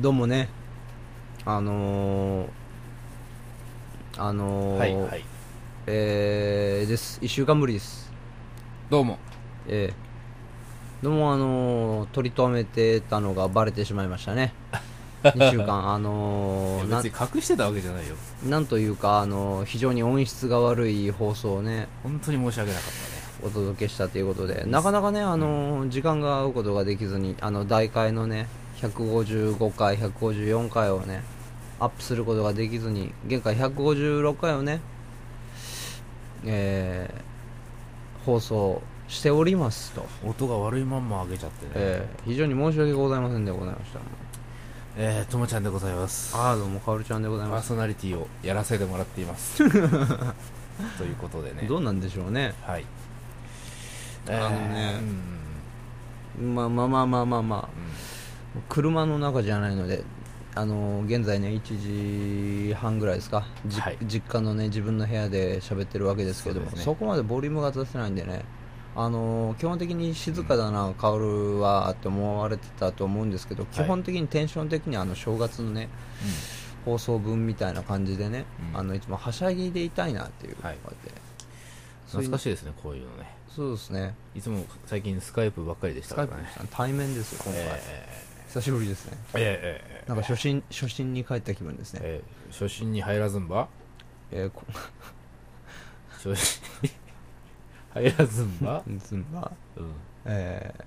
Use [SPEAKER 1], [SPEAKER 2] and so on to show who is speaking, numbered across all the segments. [SPEAKER 1] どうもね、あのー、あのー
[SPEAKER 2] はいはい
[SPEAKER 1] えー、です、1週間ぶりです、
[SPEAKER 2] どうも
[SPEAKER 1] えー、どうも、あのー、取り留めてたのがバレてしまいました ね、2週間、あのー、
[SPEAKER 2] いや
[SPEAKER 1] な
[SPEAKER 2] 別に隠してたわけじゃないよ
[SPEAKER 1] なんというか、あのー非常に音質が悪い放送をね、
[SPEAKER 2] 本当に申し訳なかっ
[SPEAKER 1] お届けしたということで、なかなかね、あのー時間が合うことができずに、あの、大会のね、155回、154回をね、アップすることができずに、現在156回をね、えー放送しておりますと、
[SPEAKER 2] たね音が悪いまんま上げちゃってね
[SPEAKER 1] えー非常に申し訳ございませんでございました。
[SPEAKER 2] えーともちゃんでございます
[SPEAKER 1] あーどうも、かおるちゃんでござい
[SPEAKER 2] パ
[SPEAKER 1] ま
[SPEAKER 2] ー
[SPEAKER 1] す。
[SPEAKER 2] ソナリティをやらせてもらっています ということでね
[SPEAKER 1] どうなんでしょうね。
[SPEAKER 2] はい
[SPEAKER 1] あのね
[SPEAKER 2] えーうん
[SPEAKER 1] まあまあまあまあまあまあ。
[SPEAKER 2] うん
[SPEAKER 1] 車の中じゃないので、あの現在ね1時半ぐらいですか、じ
[SPEAKER 2] はい
[SPEAKER 1] 実家のね自分の部屋で喋ってるわけですけども
[SPEAKER 2] そう
[SPEAKER 1] そ,、
[SPEAKER 2] ですね
[SPEAKER 1] こまでボリュームが出せないんでねあの基本的に静かだな、カオルはって思われてたと思うんですけど、基本的にテンション的にあの正月のね放送分みたいな感じでね、
[SPEAKER 2] うん
[SPEAKER 1] あのいつもはしゃぎでいたいなっていう
[SPEAKER 2] はい
[SPEAKER 1] こうやってそういう
[SPEAKER 2] 懐かしいですねこういうのね
[SPEAKER 1] そうですね
[SPEAKER 2] いつも最近スカイプばっかりでし
[SPEAKER 1] ス
[SPEAKER 2] た
[SPEAKER 1] カ
[SPEAKER 2] か
[SPEAKER 1] イ
[SPEAKER 2] ら
[SPEAKER 1] プ
[SPEAKER 2] ね
[SPEAKER 1] 対面ですよ今回、
[SPEAKER 2] え
[SPEAKER 1] 久しぶりですね
[SPEAKER 2] ーえーえーえー
[SPEAKER 1] なんか初心初心に帰った気分ですね、
[SPEAKER 2] えー初心に入らずんば
[SPEAKER 1] えーこ
[SPEAKER 2] 初心に入らずん ば
[SPEAKER 1] ズンバ、
[SPEAKER 2] うん
[SPEAKER 1] えー、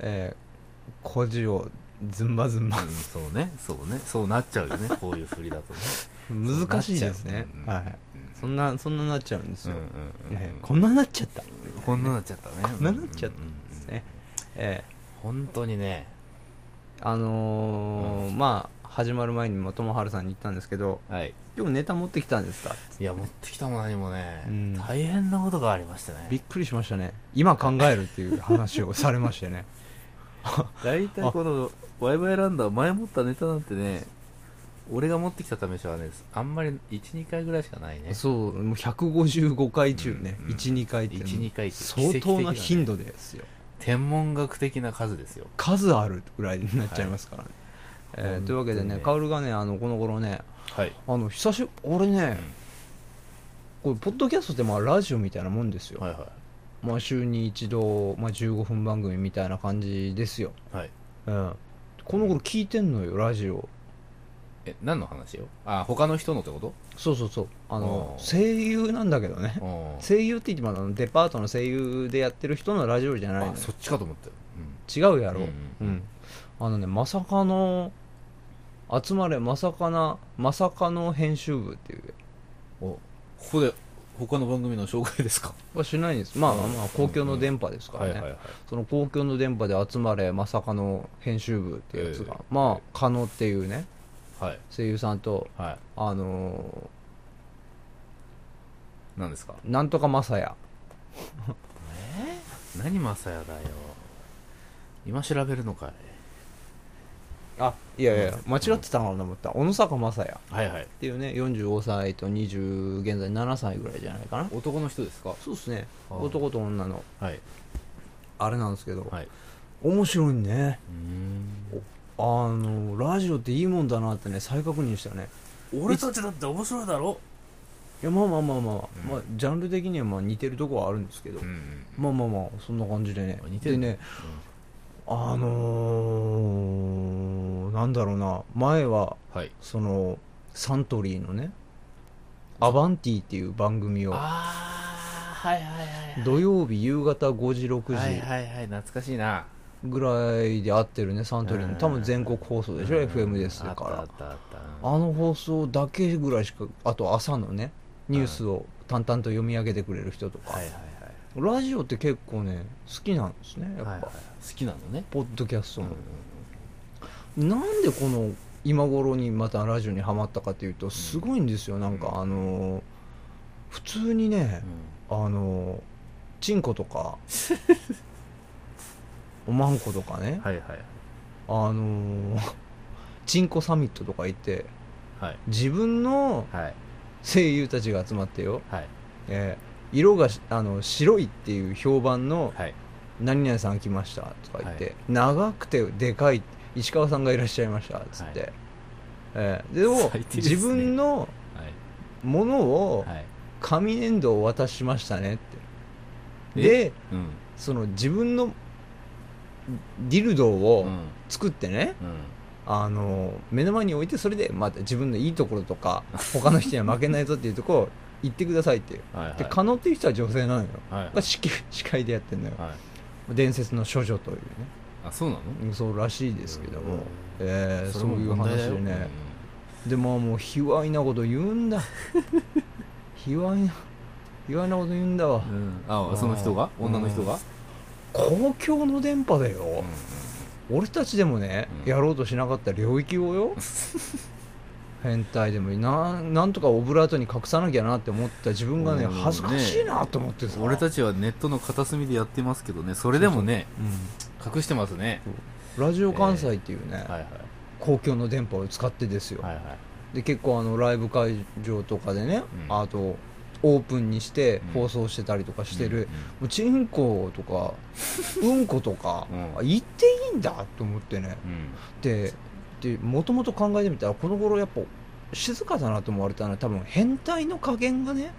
[SPEAKER 1] えー、孤児をズンバズンバ
[SPEAKER 2] う。ん、そうね、そうね、そうなっちゃう よね、こういう振りだとね。
[SPEAKER 1] 難しいですね
[SPEAKER 2] そう。な
[SPEAKER 1] は
[SPEAKER 2] っちゃう
[SPEAKER 1] い。そんな、そんななっちゃうんです
[SPEAKER 2] うん
[SPEAKER 1] よ
[SPEAKER 2] うん。うん
[SPEAKER 1] えーこんななっちゃった。で
[SPEAKER 2] こんななっちゃったね。
[SPEAKER 1] こんななっちゃった
[SPEAKER 2] うんうんうん
[SPEAKER 1] すね。え
[SPEAKER 2] 本当にね、
[SPEAKER 1] ー、あのー、まあ、始まる前にもともはるさんに言ったんですけど、
[SPEAKER 2] はい。
[SPEAKER 1] 今日ネタ持ってきたんですか
[SPEAKER 2] いや、持ってきたも何も
[SPEAKER 1] う
[SPEAKER 2] ね
[SPEAKER 1] ん、
[SPEAKER 2] 大変なことがありましたね
[SPEAKER 1] び。っくりしましたね。今考えるっていう話をされましてね。
[SPEAKER 2] 大体この、ワイワイランダー、前持ったネタなんてね、俺が持ってきた試しはね、あんまり1、2回ぐらいしかないね。
[SPEAKER 1] そう、もう155回中ね
[SPEAKER 2] う、んうん
[SPEAKER 1] 1、2回って。
[SPEAKER 2] 1 2回って
[SPEAKER 1] 相当な頻度ですよ。
[SPEAKER 2] 天文学的な数ですよ。
[SPEAKER 1] 数あるぐらいになっちゃいますからね、
[SPEAKER 2] はい
[SPEAKER 1] えーというわけでね薫
[SPEAKER 2] 本当にね
[SPEAKER 1] がねあのこの頃ね
[SPEAKER 2] はい。
[SPEAKER 1] あの久しぶり俺ね、これポッドキャストってまあラジオみたいなもんですよ、
[SPEAKER 2] はいはい。
[SPEAKER 1] まあ、週に一度、まあ、15分番組みたいな感じですよ、
[SPEAKER 2] はい。
[SPEAKER 1] うん、この頃聞いてんのよラジオ
[SPEAKER 2] え、何の話よあ、他の人のってこと
[SPEAKER 1] そうそうそうあの
[SPEAKER 2] おー
[SPEAKER 1] 声優なんだけどね
[SPEAKER 2] うん
[SPEAKER 1] 声優って言ってもあのデパートの声優でやってる人のラジオじゃないの
[SPEAKER 2] あそっちかと思ったよ、
[SPEAKER 1] 違うやろ、う
[SPEAKER 2] うんん
[SPEAKER 1] あのねまさかの集まれまさかなまさかの編集部っていう
[SPEAKER 2] うん、おここで他の番組の紹介ですか、
[SPEAKER 1] はしないんですまあまあまあ
[SPEAKER 2] うん
[SPEAKER 1] 公共の電波ですからね、
[SPEAKER 2] い
[SPEAKER 1] その公共の電波で集まれまさかの編集部っていうやつが、
[SPEAKER 2] ええ
[SPEAKER 1] まあ狩野っていうね
[SPEAKER 2] はい
[SPEAKER 1] 声優さんと
[SPEAKER 2] はい
[SPEAKER 1] あの
[SPEAKER 2] 何ですか
[SPEAKER 1] ーなんとかまさや
[SPEAKER 2] 何マサヤだよ今調べるのかい
[SPEAKER 1] あいやいや間違ってたのかなと思った小野坂まさや
[SPEAKER 2] はいはい
[SPEAKER 1] っていうね45歳と20現在7歳ぐらいじゃないかな
[SPEAKER 2] 男の人ですか
[SPEAKER 1] そうですね
[SPEAKER 2] あー
[SPEAKER 1] 男と女の
[SPEAKER 2] はい
[SPEAKER 1] あれなんですけど、
[SPEAKER 2] はいう
[SPEAKER 1] 面白いね
[SPEAKER 2] ー
[SPEAKER 1] あ
[SPEAKER 2] ん
[SPEAKER 1] のラジオっていいもんだなってね再確認したね
[SPEAKER 2] 俺たちだって面白いだろ
[SPEAKER 1] いやまあまあまあまあ、
[SPEAKER 2] うん
[SPEAKER 1] まあジャンル的にはまあ似てるとこはあるんですけど、
[SPEAKER 2] うんうん
[SPEAKER 1] まあまあまあそんな感じでね
[SPEAKER 2] あ似てる
[SPEAKER 1] でねあのー、なんだろうな前は
[SPEAKER 2] はい
[SPEAKER 1] そのサントリーのねアバンティっていう番組を
[SPEAKER 2] ああはいはいはい
[SPEAKER 1] 土曜日夕方5時
[SPEAKER 2] はい
[SPEAKER 1] 6時
[SPEAKER 2] はいはい懐かしいな
[SPEAKER 1] ぐらいで合ってるねサントリーの多分全国放送でしょ、
[SPEAKER 2] うん
[SPEAKER 1] FM ですか
[SPEAKER 2] あったあ
[SPEAKER 1] ら
[SPEAKER 2] ったあったうん
[SPEAKER 1] あの放送だけぐらいしかあと朝のねニュースを淡々と読み上げてくれる人とか、
[SPEAKER 2] はいはい
[SPEAKER 1] ラジオって結構ね好きなんですねやっぱ、
[SPEAKER 2] はいはいはい好きなのね
[SPEAKER 1] ポッドキャスト
[SPEAKER 2] うん
[SPEAKER 1] も、なんでこの今頃にまたラジオにはまったかというとすごいんですよ、なんかあのー普通にね、あのーチンコと かおまんことかね、
[SPEAKER 2] はいはい
[SPEAKER 1] あのーチンコサミットとか行って
[SPEAKER 2] はい
[SPEAKER 1] 自分の
[SPEAKER 2] はい
[SPEAKER 1] 声優たちが集まってよ、
[SPEAKER 2] はい
[SPEAKER 1] えー色がしあの白いっていう評判の
[SPEAKER 2] はい
[SPEAKER 1] 「何々さん来ました」とか言って、
[SPEAKER 2] はい
[SPEAKER 1] 長くてでかい石川さんがいらっしゃいました」つって、
[SPEAKER 2] はい
[SPEAKER 1] ええでも
[SPEAKER 2] 最低ですね
[SPEAKER 1] 自分の
[SPEAKER 2] はい
[SPEAKER 1] ものを
[SPEAKER 2] はい
[SPEAKER 1] 紙粘土を渡しましたねって
[SPEAKER 2] え
[SPEAKER 1] で
[SPEAKER 2] うん
[SPEAKER 1] その自分のディルド
[SPEAKER 2] う
[SPEAKER 1] を
[SPEAKER 2] ん
[SPEAKER 1] 作ってね、
[SPEAKER 2] うん
[SPEAKER 1] あの目の前に置いてそれでまた自分のいいところとか他の人には負けないぞっていうところを言ってくださいっていう
[SPEAKER 2] はいはい
[SPEAKER 1] で可能っていう人は女性なのよ
[SPEAKER 2] はい
[SPEAKER 1] が司司会 でやってるのよ
[SPEAKER 2] はい
[SPEAKER 1] 伝説の処女というね
[SPEAKER 2] あそうなの
[SPEAKER 1] うんそうらしいですけど
[SPEAKER 2] うん
[SPEAKER 1] も、えー
[SPEAKER 2] そ
[SPEAKER 1] そ
[SPEAKER 2] れ
[SPEAKER 1] う
[SPEAKER 2] も
[SPEAKER 1] いう
[SPEAKER 2] 問題
[SPEAKER 1] 話
[SPEAKER 2] だよ
[SPEAKER 1] でね、でももう卑猥なこと言うんだ卑猥な卑猥なこと言うんだわ、
[SPEAKER 2] うんうんあその人が
[SPEAKER 1] うん
[SPEAKER 2] 女の人が
[SPEAKER 1] 公共の電波だよ、
[SPEAKER 2] うんうん
[SPEAKER 1] 俺たちでもね、
[SPEAKER 2] うん
[SPEAKER 1] やろうとしなかった領域をよ変態でもななんとかオブラートに隠さなきゃなって思った自分がね
[SPEAKER 2] うん
[SPEAKER 1] 恥ずかしいなと思ってさ、
[SPEAKER 2] 俺たちはネットの片隅でやってますけどねそれでもね
[SPEAKER 1] う
[SPEAKER 2] 隠してますね
[SPEAKER 1] んラジオ関西っていうね、
[SPEAKER 2] はいはい
[SPEAKER 1] 公共の電波を使ってですよ、
[SPEAKER 2] はいはい
[SPEAKER 1] で結構あのライブ会場とかでね、
[SPEAKER 2] うん
[SPEAKER 1] あとオープンにして
[SPEAKER 2] うん
[SPEAKER 1] 放送してたりとかしてる、
[SPEAKER 2] うんうん
[SPEAKER 1] もうチンコと かうんことか、
[SPEAKER 2] うん
[SPEAKER 1] あ言っていいんだと思ってね、
[SPEAKER 2] うん
[SPEAKER 1] ででもともと考えてみたらこの頃やっぱ静かだなと思われたのは多分変態の加減がね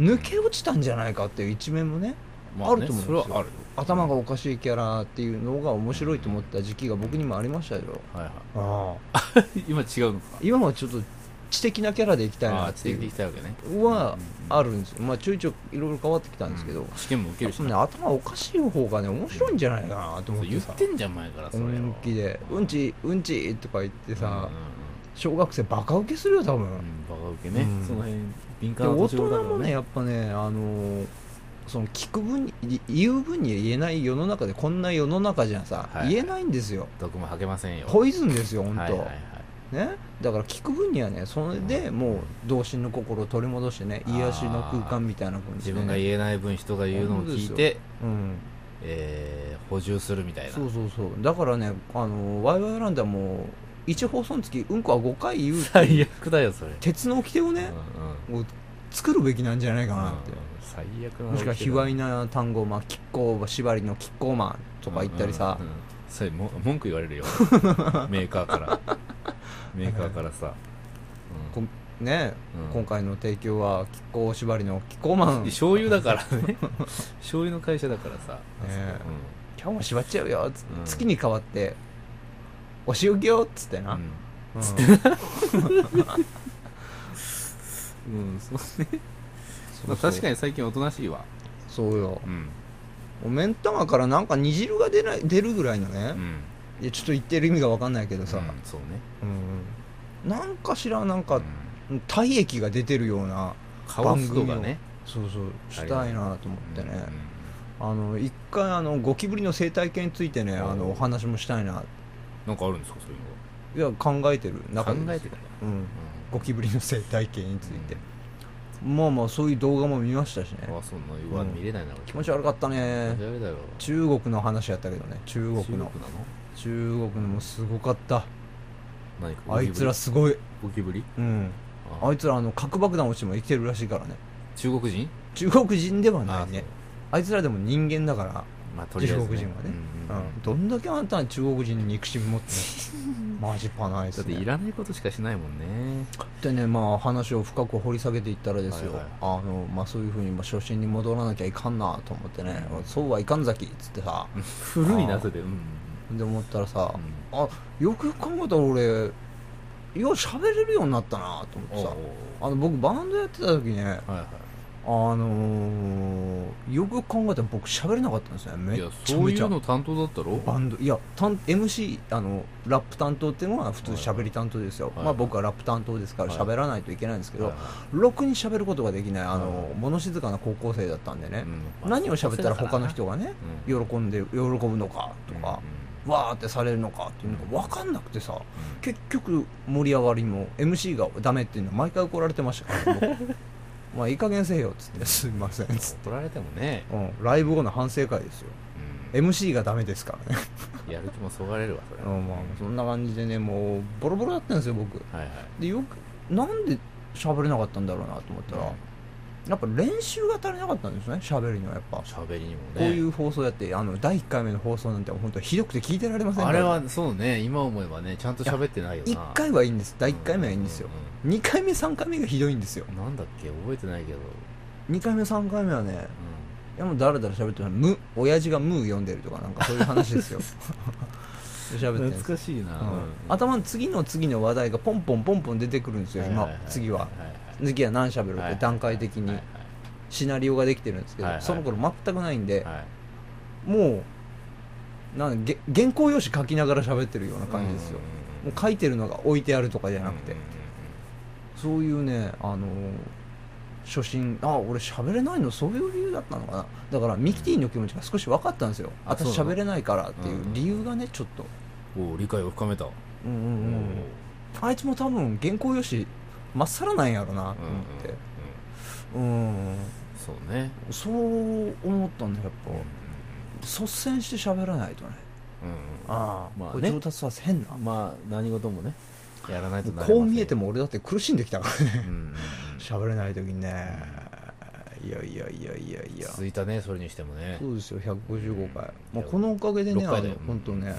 [SPEAKER 1] 抜け落ちたんじゃないかっていう一面もね
[SPEAKER 2] まあね
[SPEAKER 1] あると思うんです
[SPEAKER 2] そ
[SPEAKER 1] よ
[SPEAKER 2] れはあるよ
[SPEAKER 1] 頭がおかしいキャラっていうのが面白いと思った時期が僕にもありましたよ、
[SPEAKER 2] はいはい
[SPEAKER 1] ああ
[SPEAKER 2] 今違うのか
[SPEAKER 1] 今はちょっと知的なキャラでいきたい
[SPEAKER 2] あ
[SPEAKER 1] な
[SPEAKER 2] あ
[SPEAKER 1] っ
[SPEAKER 2] 知
[SPEAKER 1] てい
[SPEAKER 2] 的で
[SPEAKER 1] う
[SPEAKER 2] きたわけね
[SPEAKER 1] はあ
[SPEAKER 2] る
[SPEAKER 1] るんですよまあちょいちょいいろいろ変わってきたんですけど、
[SPEAKER 2] 試験も受けるし
[SPEAKER 1] やっ
[SPEAKER 2] な
[SPEAKER 1] ぱね頭おかしい方がね面白いんじゃないかなと思っ
[SPEAKER 2] そう
[SPEAKER 1] て
[SPEAKER 2] 言っ
[SPEAKER 1] さ
[SPEAKER 2] てんじゃん前からそれを
[SPEAKER 1] 本気で「うんちうんち」とか言ってさ、
[SPEAKER 2] うんうん
[SPEAKER 1] 小学生バカ受けするよ多分、
[SPEAKER 2] うんうんバカ受けね
[SPEAKER 1] うん
[SPEAKER 2] その辺敏
[SPEAKER 1] で
[SPEAKER 2] 感な
[SPEAKER 1] 大
[SPEAKER 2] 年頃だ
[SPEAKER 1] 人
[SPEAKER 2] から
[SPEAKER 1] もねやっぱねあのーその聞く分にい言う分には言えない世の中でこんな世の中じゃさ、
[SPEAKER 2] はい
[SPEAKER 1] 言えないんですよ
[SPEAKER 2] 毒も吐けませんよ
[SPEAKER 1] ポイズンですよ本当、
[SPEAKER 2] はいはいはい
[SPEAKER 1] ねだから聞く分にはねそれで
[SPEAKER 2] うん
[SPEAKER 1] もう童心の心を取り戻してね
[SPEAKER 2] あー
[SPEAKER 1] 癒しの空間みたいな感じ
[SPEAKER 2] 自
[SPEAKER 1] で、ね、
[SPEAKER 2] 分が言えない分人が言うのを聞い
[SPEAKER 1] そうで
[SPEAKER 2] て
[SPEAKER 1] うん
[SPEAKER 2] えー補充するみたいな
[SPEAKER 1] そうそうそうだからねあのーワイワイランダーも1放送の月うんこは5回言うっていう
[SPEAKER 2] 最悪だよそれ
[SPEAKER 1] 鉄の掟をね
[SPEAKER 2] うん、うん
[SPEAKER 1] もう作るべきなんじゃないかなって、
[SPEAKER 2] 最悪な
[SPEAKER 1] もしくは卑猥な単語、まあ、キッコーば縛りのキッコーマンとか言ったりさ、
[SPEAKER 2] うんうんうんそれも文句言われ るよメーカーからメーカーからさ、 うん
[SPEAKER 1] ね、
[SPEAKER 2] うん
[SPEAKER 1] 今回の提供はキッコー縛りのキッコーマンキ
[SPEAKER 2] 醤油だからね 醤油の会社だからさ、
[SPEAKER 1] ねえ
[SPEAKER 2] う
[SPEAKER 1] ャンは縛っちゃうよつ
[SPEAKER 2] うん
[SPEAKER 1] 月に変わってお仕置きよっつって
[SPEAKER 2] ん
[SPEAKER 1] な、うん
[SPEAKER 2] うん、うんそ
[SPEAKER 1] そう
[SPEAKER 2] うねまあ、確か
[SPEAKER 1] に
[SPEAKER 2] に最近おとなしいわ
[SPEAKER 1] そうよ
[SPEAKER 2] うん、
[SPEAKER 1] お目ん玉からなんか煮汁が出ない出るぐらいの
[SPEAKER 2] う
[SPEAKER 1] ね、
[SPEAKER 2] ん、
[SPEAKER 1] いやちょっと言ってる意味が分かんないけどさ、
[SPEAKER 2] うんそうね
[SPEAKER 1] うんなんかしらなん
[SPEAKER 2] う
[SPEAKER 1] か
[SPEAKER 2] ん
[SPEAKER 1] 体液が出てるような
[SPEAKER 2] 顔すとかね
[SPEAKER 1] そうそうしたいなと思ってね、
[SPEAKER 2] うん
[SPEAKER 1] あの一回あのゴキブリの生態系についてね
[SPEAKER 2] おう
[SPEAKER 1] あのお話もしたいな
[SPEAKER 2] なんかあるんですかそういうの
[SPEAKER 1] いや考えてる
[SPEAKER 2] が
[SPEAKER 1] 中
[SPEAKER 2] 考
[SPEAKER 1] で
[SPEAKER 2] えてたか
[SPEAKER 1] うん、ゴキブリの生態系について
[SPEAKER 2] うん、
[SPEAKER 1] まあまあそういう動画も見ましたしね
[SPEAKER 2] らあそんなうわ
[SPEAKER 1] うん
[SPEAKER 2] 見れないな俺
[SPEAKER 1] 気持ち悪かったね
[SPEAKER 2] 気持ち悪いだろ
[SPEAKER 1] 中国の話やったけどね中国の中国
[SPEAKER 2] 中国なの
[SPEAKER 1] のもすごかった
[SPEAKER 2] 何か
[SPEAKER 1] あいつらすごい
[SPEAKER 2] ゴキブリ
[SPEAKER 1] うん
[SPEAKER 2] あ
[SPEAKER 1] あいつらあの核爆弾落ちても生きてるらしいからね
[SPEAKER 2] 中国人
[SPEAKER 1] 中国人ではないね
[SPEAKER 2] あ
[SPEAKER 1] あいつらでも人間だから
[SPEAKER 2] そうまあとりあえず、ね、
[SPEAKER 1] 中国人はね
[SPEAKER 2] う
[SPEAKER 1] うん
[SPEAKER 2] うん
[SPEAKER 1] ん、どんだけあんたは中国人に憎しみ持ってね マジパないです
[SPEAKER 2] だって
[SPEAKER 1] ね
[SPEAKER 2] いらないことしかしないもんね
[SPEAKER 1] でねまあ話を深く掘り下げていったらですよ、
[SPEAKER 2] はいはい
[SPEAKER 1] あのまあ、そういうふうにまあ初心に戻らなきゃいかんなと思ってね、
[SPEAKER 2] うん
[SPEAKER 1] そうはいかんざきっつってさ
[SPEAKER 2] 古い
[SPEAKER 1] あ
[SPEAKER 2] な
[SPEAKER 1] ー
[SPEAKER 2] それでうん
[SPEAKER 1] で思ったらさ
[SPEAKER 2] う、ん
[SPEAKER 1] あよくよく考えたら俺よう喋れるようになったなと
[SPEAKER 2] お
[SPEAKER 1] 思っ
[SPEAKER 2] う
[SPEAKER 1] てさ
[SPEAKER 2] おう
[SPEAKER 1] あの僕バンドやってた時ね
[SPEAKER 2] はいはい
[SPEAKER 1] あのーよくよく考えたら僕喋れなかったんですねめ
[SPEAKER 2] い
[SPEAKER 1] っ
[SPEAKER 2] や
[SPEAKER 1] ちゃ
[SPEAKER 2] そう
[SPEAKER 1] め
[SPEAKER 2] い
[SPEAKER 1] ちゃ
[SPEAKER 2] うの担当だったろ
[SPEAKER 1] バンドいや担 MC あのラップ担当っていうのは普通喋り担当ですよ、
[SPEAKER 2] はいはい
[SPEAKER 1] まあ、僕はラップ担当ですから
[SPEAKER 2] はい
[SPEAKER 1] 喋らないといけないんですけど、
[SPEAKER 2] はいは
[SPEAKER 1] ろくに喋ることができないあの、
[SPEAKER 2] うん
[SPEAKER 1] 物静かな高校生だったんで
[SPEAKER 2] い
[SPEAKER 1] ね
[SPEAKER 2] う、ん
[SPEAKER 1] 何を喋ったら他の人がね
[SPEAKER 2] うん
[SPEAKER 1] 喜んで喜ぶのかとか、わーってされるのかっていうのが分かんなくてさ
[SPEAKER 2] う
[SPEAKER 1] 結局盛り上がりも MC がダメっていうのは毎回怒られてましたからね 僕まあいい加減せえよっつってすいませんっ
[SPEAKER 2] ん
[SPEAKER 1] つっ
[SPEAKER 2] 怒られてもね
[SPEAKER 1] て、うん、ライブ後の反省会ですよ
[SPEAKER 2] うん
[SPEAKER 1] MC がダメですからね、
[SPEAKER 2] やる気もそがれるわそれ
[SPEAKER 1] う
[SPEAKER 2] は
[SPEAKER 1] んまあ、そんな感じでねもうボロボロだったんですよ僕
[SPEAKER 2] はいはい
[SPEAKER 1] でよくなんで喋れなかったんだろうなと思ったら、やっぱ練習が足りなかったんですね喋るにはやっぱ、
[SPEAKER 2] 喋りにもね
[SPEAKER 1] こういう放送やってあの第1回目の放送なんて本当ひどくて聞いてられませんか
[SPEAKER 2] あ
[SPEAKER 1] ら
[SPEAKER 2] れはそうね今思えばねちゃんと喋ってないよな
[SPEAKER 1] 1回はいいんです第1回目はいいんですよ、2回目3回目がひどいんですよ
[SPEAKER 2] うんうんうんなんだっけ覚えてないけど、う
[SPEAKER 1] 2回目3回目はね
[SPEAKER 2] ん
[SPEAKER 1] いやもうだらだら喋ってるむ親父が「む」読んでるとかなんかそういう話 ですよ喋ってるんです
[SPEAKER 2] 懐かしいな、
[SPEAKER 1] うん
[SPEAKER 2] うん
[SPEAKER 1] 頭の次の次の話題がポンポンポンポン出てくるんですよ、
[SPEAKER 2] はいはい
[SPEAKER 1] 今
[SPEAKER 2] い
[SPEAKER 1] 次は、
[SPEAKER 2] いい
[SPEAKER 1] 次は何喋るって段階的に
[SPEAKER 2] はい
[SPEAKER 1] シナリオができてるんですけど、
[SPEAKER 2] はいはい
[SPEAKER 1] その頃全くないんで、
[SPEAKER 2] はいはい
[SPEAKER 1] もうなんげ原稿用紙書きながら喋ってるような感じですよ、
[SPEAKER 2] うん
[SPEAKER 1] もう書いてるのが置いてあるとかじゃなくて、
[SPEAKER 2] うんうんうん
[SPEAKER 1] そういうね、あのー初心、あ、俺喋れないの、そういう理由だったのかな。だから、ミキティの気持ちが少し分かったんですよ。
[SPEAKER 2] あ
[SPEAKER 1] 私
[SPEAKER 2] そうなの
[SPEAKER 1] 喋れないからっていう
[SPEAKER 2] うんうん
[SPEAKER 1] 理由がね、ちょっと。
[SPEAKER 2] うんおう理解を深めた、
[SPEAKER 1] うんうんうん。あいつも多分、原稿用紙、まっさらなんやろな、と思って。うん。
[SPEAKER 2] そうね、
[SPEAKER 1] そう思ったんだよ、や
[SPEAKER 2] うん
[SPEAKER 1] っぱ。率先して喋らないとね。あ
[SPEAKER 2] まあね
[SPEAKER 1] これ上達は変な。
[SPEAKER 2] まあ何事もねやらないとなれません
[SPEAKER 1] こう見えても俺だって苦しんできたからね。
[SPEAKER 2] うんうんうん
[SPEAKER 1] 喋れない時にね。いやいやいやいやいや。
[SPEAKER 2] 続いたねそれにしてもね
[SPEAKER 1] そうですよ155回、
[SPEAKER 2] う
[SPEAKER 1] も
[SPEAKER 2] ん
[SPEAKER 1] うこのおかげでね
[SPEAKER 2] 6
[SPEAKER 1] あ
[SPEAKER 2] 回だ
[SPEAKER 1] の
[SPEAKER 2] ようん
[SPEAKER 1] 本当ね、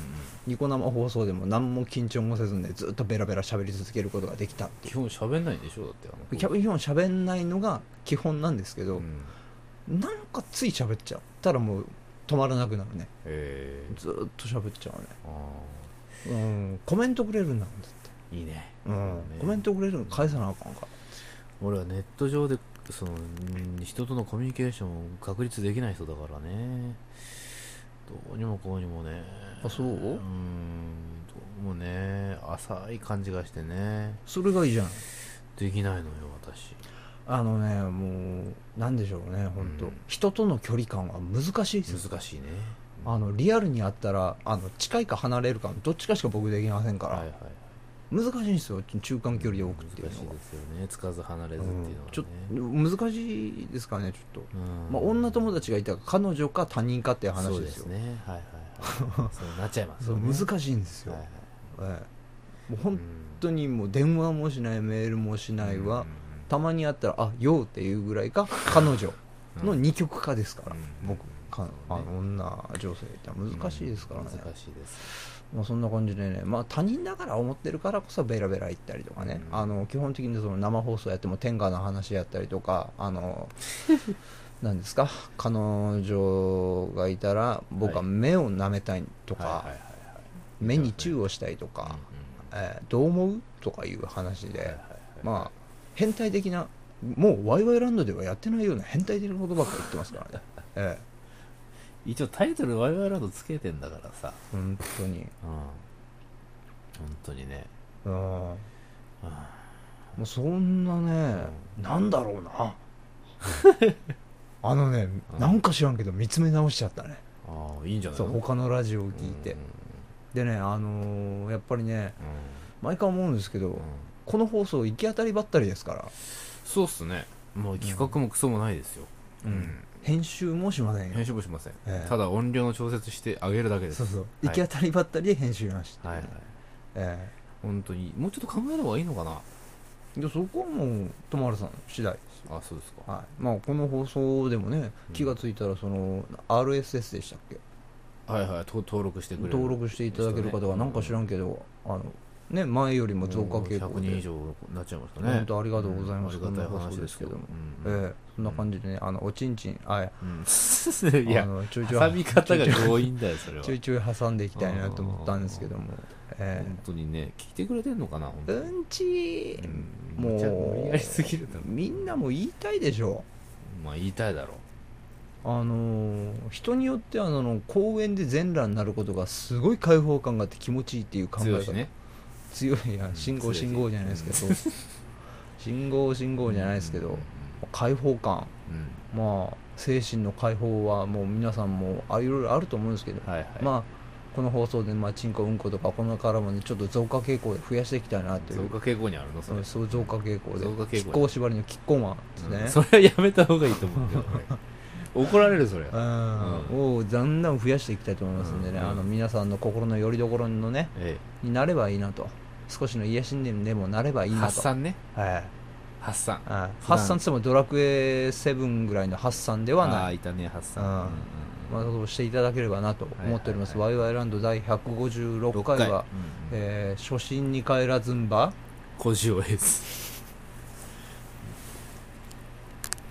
[SPEAKER 1] ニコ生放送でも何も緊張もせずねずっとベラベラ喋り続けることができたってい
[SPEAKER 2] 基本喋んないんでしょだってあ
[SPEAKER 1] う
[SPEAKER 2] の
[SPEAKER 1] キャビン基本喋んないのが基本なんですけど、
[SPEAKER 2] うん
[SPEAKER 1] なんかつい喋っちゃったらもう止まらなくなるね
[SPEAKER 2] えー
[SPEAKER 1] ずっと喋っちゃうね
[SPEAKER 2] あ
[SPEAKER 1] うんコメントくれるんだもんだって、
[SPEAKER 2] ーいいね
[SPEAKER 1] うん
[SPEAKER 2] そうね
[SPEAKER 1] コメントくれるの返さなあかんから
[SPEAKER 2] 俺はネット上でそのうん人とのコミュニケーションを確立できない人だからねどうにもこうにもね
[SPEAKER 1] あそう
[SPEAKER 2] ーんどうもね浅い感じがしてね
[SPEAKER 1] それがいいじゃん
[SPEAKER 2] できないのよ私
[SPEAKER 1] あのねもうなんでしょうね本当、
[SPEAKER 2] うん
[SPEAKER 1] 人との距離感は難しいです
[SPEAKER 2] 難しいね
[SPEAKER 1] あのリアルにあったらあの近いか離れるかどっちかしか僕できませんから、
[SPEAKER 2] はいはいはい
[SPEAKER 1] 難しいんですよ中間距離で置くっていう
[SPEAKER 2] 難しい
[SPEAKER 1] のは
[SPEAKER 2] ですよねつかず離れずっ
[SPEAKER 1] う
[SPEAKER 2] て
[SPEAKER 1] ん
[SPEAKER 2] いうのはね
[SPEAKER 1] ちょっと難しいですかねちょっと、
[SPEAKER 2] うん
[SPEAKER 1] まあ、女友達がいたら彼女か他人かっていう
[SPEAKER 2] そ
[SPEAKER 1] 話
[SPEAKER 2] う
[SPEAKER 1] で
[SPEAKER 2] ですす
[SPEAKER 1] よ
[SPEAKER 2] ねはいはいはいそうなっちゃいます
[SPEAKER 1] そ
[SPEAKER 2] よ
[SPEAKER 1] う
[SPEAKER 2] ね
[SPEAKER 1] 難しいんですよ、
[SPEAKER 2] はいはい
[SPEAKER 1] ええもう本当にもう電話もしないメールもしないは、
[SPEAKER 2] うん
[SPEAKER 1] たまにあったら「あよう」っていうぐらいが彼女の二極化ですから、
[SPEAKER 2] うん
[SPEAKER 1] 僕かあの女女性って難しいですからね、
[SPEAKER 2] 難しいです
[SPEAKER 1] まあ、そんな感じでね、まあ、他人だから思ってるからこそベラベラ言ったりとかね、
[SPEAKER 2] うん
[SPEAKER 1] あの基本的にその生放送やっても天下の話やったりとかあのなんですか彼女がいたら僕は目を舐めたいとか、
[SPEAKER 2] はいはいはいはい
[SPEAKER 1] 目にチューをしたいとか、えーどう思うとかいう話で、まあ変態的なもうワイワイランドではやってないような変態的なことばっか言ってますからね、え
[SPEAKER 2] 一応タイトル「ワイワイランド」つけてんだからさ、
[SPEAKER 1] え本当に。
[SPEAKER 2] うん、本当にね、
[SPEAKER 1] うん
[SPEAKER 2] うん
[SPEAKER 1] もうそんなね、なんだろうな あのね、
[SPEAKER 2] うん
[SPEAKER 1] なんか知らんけど見つめ直しちゃったね、
[SPEAKER 2] ああいいんじゃない
[SPEAKER 1] そう他のラジオを聞いて、でねあのーやっぱりね
[SPEAKER 2] うんうん
[SPEAKER 1] 毎回思うんですけど、
[SPEAKER 2] うん
[SPEAKER 1] この放送行き当たりばったりですから、
[SPEAKER 2] そうっすねもう企画もクソもないですよ、うん
[SPEAKER 1] 編集もしませんよ
[SPEAKER 2] 編集もしません、
[SPEAKER 1] ええ
[SPEAKER 2] ただ音量の調節してあげるだけです
[SPEAKER 1] そうそう
[SPEAKER 2] い
[SPEAKER 1] 行き当たりばったりで編集しました、
[SPEAKER 2] はいはい
[SPEAKER 1] え
[SPEAKER 2] 本当にもうちょっと考えればいいのかな
[SPEAKER 1] えでそこはもう友原さん次第ですよ
[SPEAKER 2] あそうですか
[SPEAKER 1] はいまあ、この放送でもね
[SPEAKER 2] うん
[SPEAKER 1] 気がついたらその RSS でしたっけ
[SPEAKER 2] はいはいと登録してくれる
[SPEAKER 1] 登録していただける方がなんか知らんけど、あのね前よりも増加傾向
[SPEAKER 2] 100人以
[SPEAKER 1] で、
[SPEAKER 2] 上になっちゃいましたね
[SPEAKER 1] 本当ありがとうございます、
[SPEAKER 2] うんありがたい
[SPEAKER 1] こんな放
[SPEAKER 2] 話
[SPEAKER 1] 送
[SPEAKER 2] ですけど
[SPEAKER 1] です
[SPEAKER 2] うん
[SPEAKER 1] けども、ええそんな感じでねあのおちんちんあい
[SPEAKER 2] うん い
[SPEAKER 1] あ
[SPEAKER 2] や
[SPEAKER 1] のちょいちょ
[SPEAKER 2] 挟
[SPEAKER 1] い
[SPEAKER 2] み方が強引だよそれは
[SPEAKER 1] ちょいちょい挟んでいきたいなと思ったんですけども、え
[SPEAKER 2] 本当にね聞いてくれてんのかな本
[SPEAKER 1] え
[SPEAKER 2] 当に
[SPEAKER 1] うんち
[SPEAKER 2] うん
[SPEAKER 1] もう
[SPEAKER 2] めちゃ無理やりすぎるだろ
[SPEAKER 1] みんなも言いたいでしょ
[SPEAKER 2] まあ言いたいだろ
[SPEAKER 1] あのー人によってはあの公園で全裸になることがすごい開放感があって気持ちいいっていう考
[SPEAKER 2] う
[SPEAKER 1] え
[SPEAKER 2] 強
[SPEAKER 1] 方
[SPEAKER 2] いしね
[SPEAKER 1] 強いや信号
[SPEAKER 2] 強い
[SPEAKER 1] 信号じゃないですけ ど、信号信号じゃないですけど、
[SPEAKER 2] うん
[SPEAKER 1] 開放感
[SPEAKER 2] うん
[SPEAKER 1] まあ精神の解放はもう皆さんもあいろいろあると思うんですけど、
[SPEAKER 2] はいはい
[SPEAKER 1] まあこの放送でまあチンコうんことかこのからもねちょっと増加傾向で増やしていきたいなとい
[SPEAKER 2] 増
[SPEAKER 1] う
[SPEAKER 2] 加傾向にあるのそ
[SPEAKER 1] そう
[SPEAKER 2] れ
[SPEAKER 1] そう増加傾向で
[SPEAKER 2] 増加傾向
[SPEAKER 1] 亀甲縛りの亀甲マンですね、
[SPEAKER 2] うんそれはやめた方がいいと思うけどね 怒られるそれ
[SPEAKER 1] うんをだんだん増やしていきたいと思いますんでね、
[SPEAKER 2] うん
[SPEAKER 1] あの皆さんの心の拠り所のね
[SPEAKER 2] え
[SPEAKER 1] になればいいなと少しの癒しにでもなればい
[SPEAKER 2] え
[SPEAKER 1] いな
[SPEAKER 2] 発
[SPEAKER 1] と、
[SPEAKER 2] 散ね
[SPEAKER 1] はい、
[SPEAKER 2] 発散
[SPEAKER 1] うん発散っつってもドラクエ7ぐらいの発散では
[SPEAKER 2] あ
[SPEAKER 1] な
[SPEAKER 2] あ
[SPEAKER 1] い
[SPEAKER 2] いたね発散、
[SPEAKER 1] うん
[SPEAKER 2] うんうん
[SPEAKER 1] まあ、そうしていただければなと思っております、
[SPEAKER 2] は
[SPEAKER 1] ワイワイランド第156
[SPEAKER 2] 6
[SPEAKER 1] 回は
[SPEAKER 2] 回、うんうん
[SPEAKER 1] えー初心に帰らずんば
[SPEAKER 2] 小塩です